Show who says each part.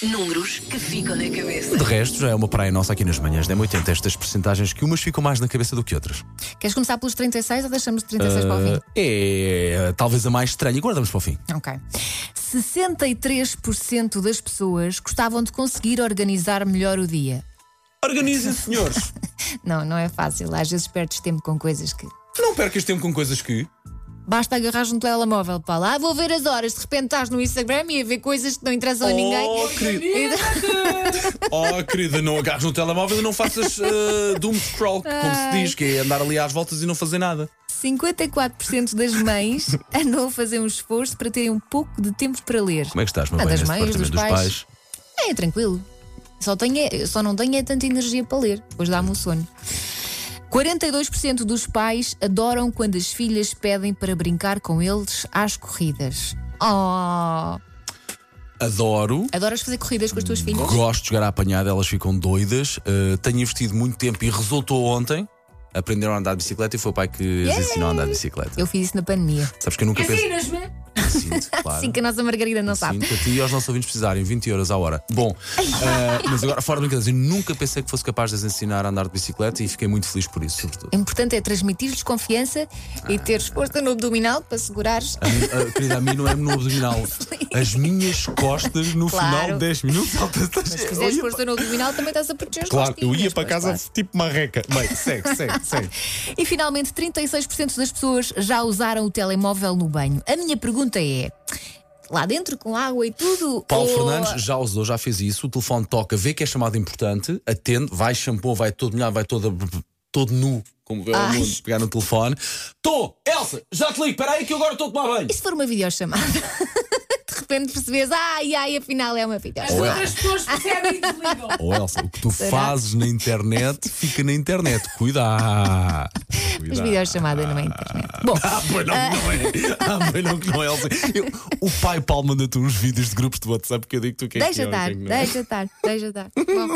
Speaker 1: Números que ficam na cabeça.
Speaker 2: De resto, já é uma praia nossa aqui nas manhãs da M80. Estas percentagens que umas ficam mais na cabeça do que outras. Ah,
Speaker 3: Queres começar pelos 36 ou deixamos de 36 para o fim?
Speaker 2: É talvez a mais estranha e guardamos para o fim.
Speaker 3: Ok. 63% das pessoas gostavam de conseguir organizar melhor o dia.
Speaker 2: Organizem, senhores!
Speaker 3: Não, não é fácil. Às vezes perdes tempo com coisas que.
Speaker 2: Não percas tempo com coisas que.
Speaker 3: Basta agarrar um telemóvel para lá, vou ver as horas, de repente estás no Instagram e a ver coisas que não interessam a ninguém.
Speaker 2: Oh, querida. oh, querida, não agarres no telemóvel e não faças eh, doom scroll, como
Speaker 3: Ah.
Speaker 2: se diz, que é andar ali às voltas e não fazer nada.
Speaker 3: 54% das mães andam a fazer um esforço para terem um pouco de tempo para ler.
Speaker 2: Como é que estás, meu
Speaker 3: Ah,
Speaker 2: bem,
Speaker 3: das
Speaker 2: nesse
Speaker 3: mães,
Speaker 2: departamento
Speaker 3: dos
Speaker 2: dos pais?
Speaker 3: pais. É, tranquilo. Só, tenho, é- só não tenho é tanta energia para ler, pois dá-me o sono. 42% dos pais adoram quando as filhas pedem para brincar com eles às corridas. Oh!
Speaker 2: Adoro.
Speaker 3: Adoras fazer corridas com as tuas filhas?
Speaker 2: Gosto de jogar à apanhada, elas ficam doidas. Uh, tenho investido muito tempo e resultou ontem. Aprenderam a andar de bicicleta e foi o pai que as ensinou a andar de bicicleta.
Speaker 3: Eu fiz isso na pandemia.
Speaker 2: Sabes que eu nunca pensei. Sinto, claro.
Speaker 3: Assim né? que a nossa Margarida não sabe.
Speaker 2: Sinto a ti e aos nossos ouvintes precisarem, 20 euros à hora. Bom, eh, mas agora, fora de brincadeiras, eu nunca pensei que fosse capaz de as ensinar a andar de bicicleta e fiquei muito feliz por isso, sobretudo.
Speaker 3: O importante é transmitir-lhes confiança e teres força no abdominal para segurares.
Speaker 4: Ah,
Speaker 2: A mim- a- querida, a mim não é no abdominal. As minhas costas, no
Speaker 3: Claro.
Speaker 2: final de 10 minutos, altas.
Speaker 3: Se fizeres força no abdominal, também estás a proteger os
Speaker 4: Claro, eu ia
Speaker 3: costinhas,
Speaker 4: para
Speaker 3: pois,
Speaker 4: casa
Speaker 3: claro.
Speaker 4: tipo marreca. Bem, segue, segue, segue.
Speaker 3: E finalmente, 36% das pessoas já usaram o telemóvel no banho. A minha pergunta é: lá dentro com água e tudo?
Speaker 2: Paulo
Speaker 3: ou-
Speaker 2: Fernandes já usou, já fez isso. O telefone toca, vê que é chamada importante, atende, vai shampoo, vai todo molhado, vai todo, todo nu, como vê o
Speaker 3: Ai.
Speaker 2: mundo, pegar no telefone. Tô, Elsa, já te ligo, peraí que eu agora estou a tomar banho.
Speaker 3: E se for uma videochamada? De repente percebes, ai, ai, afinal é uma
Speaker 2: Ou
Speaker 3: videochamada.
Speaker 2: é-
Speaker 5: As pessoas percebem e desligam.
Speaker 2: Ou Elsa, o que tu
Speaker 3: Será?
Speaker 2: fazes na internet fica na internet. Cuidado.
Speaker 3: Mas
Speaker 2: Cuidado.
Speaker 3: videochamada não é internet. Bom,
Speaker 2: Ah, pois não, que não é. Ah, pois não, que não é, Elsa. Eu- o pai Paulo manda-te uns vídeos de grupos de WhatsApp é que eu digo que tu queres.
Speaker 3: deixa estar, deixa estar, deixa estar. Bom.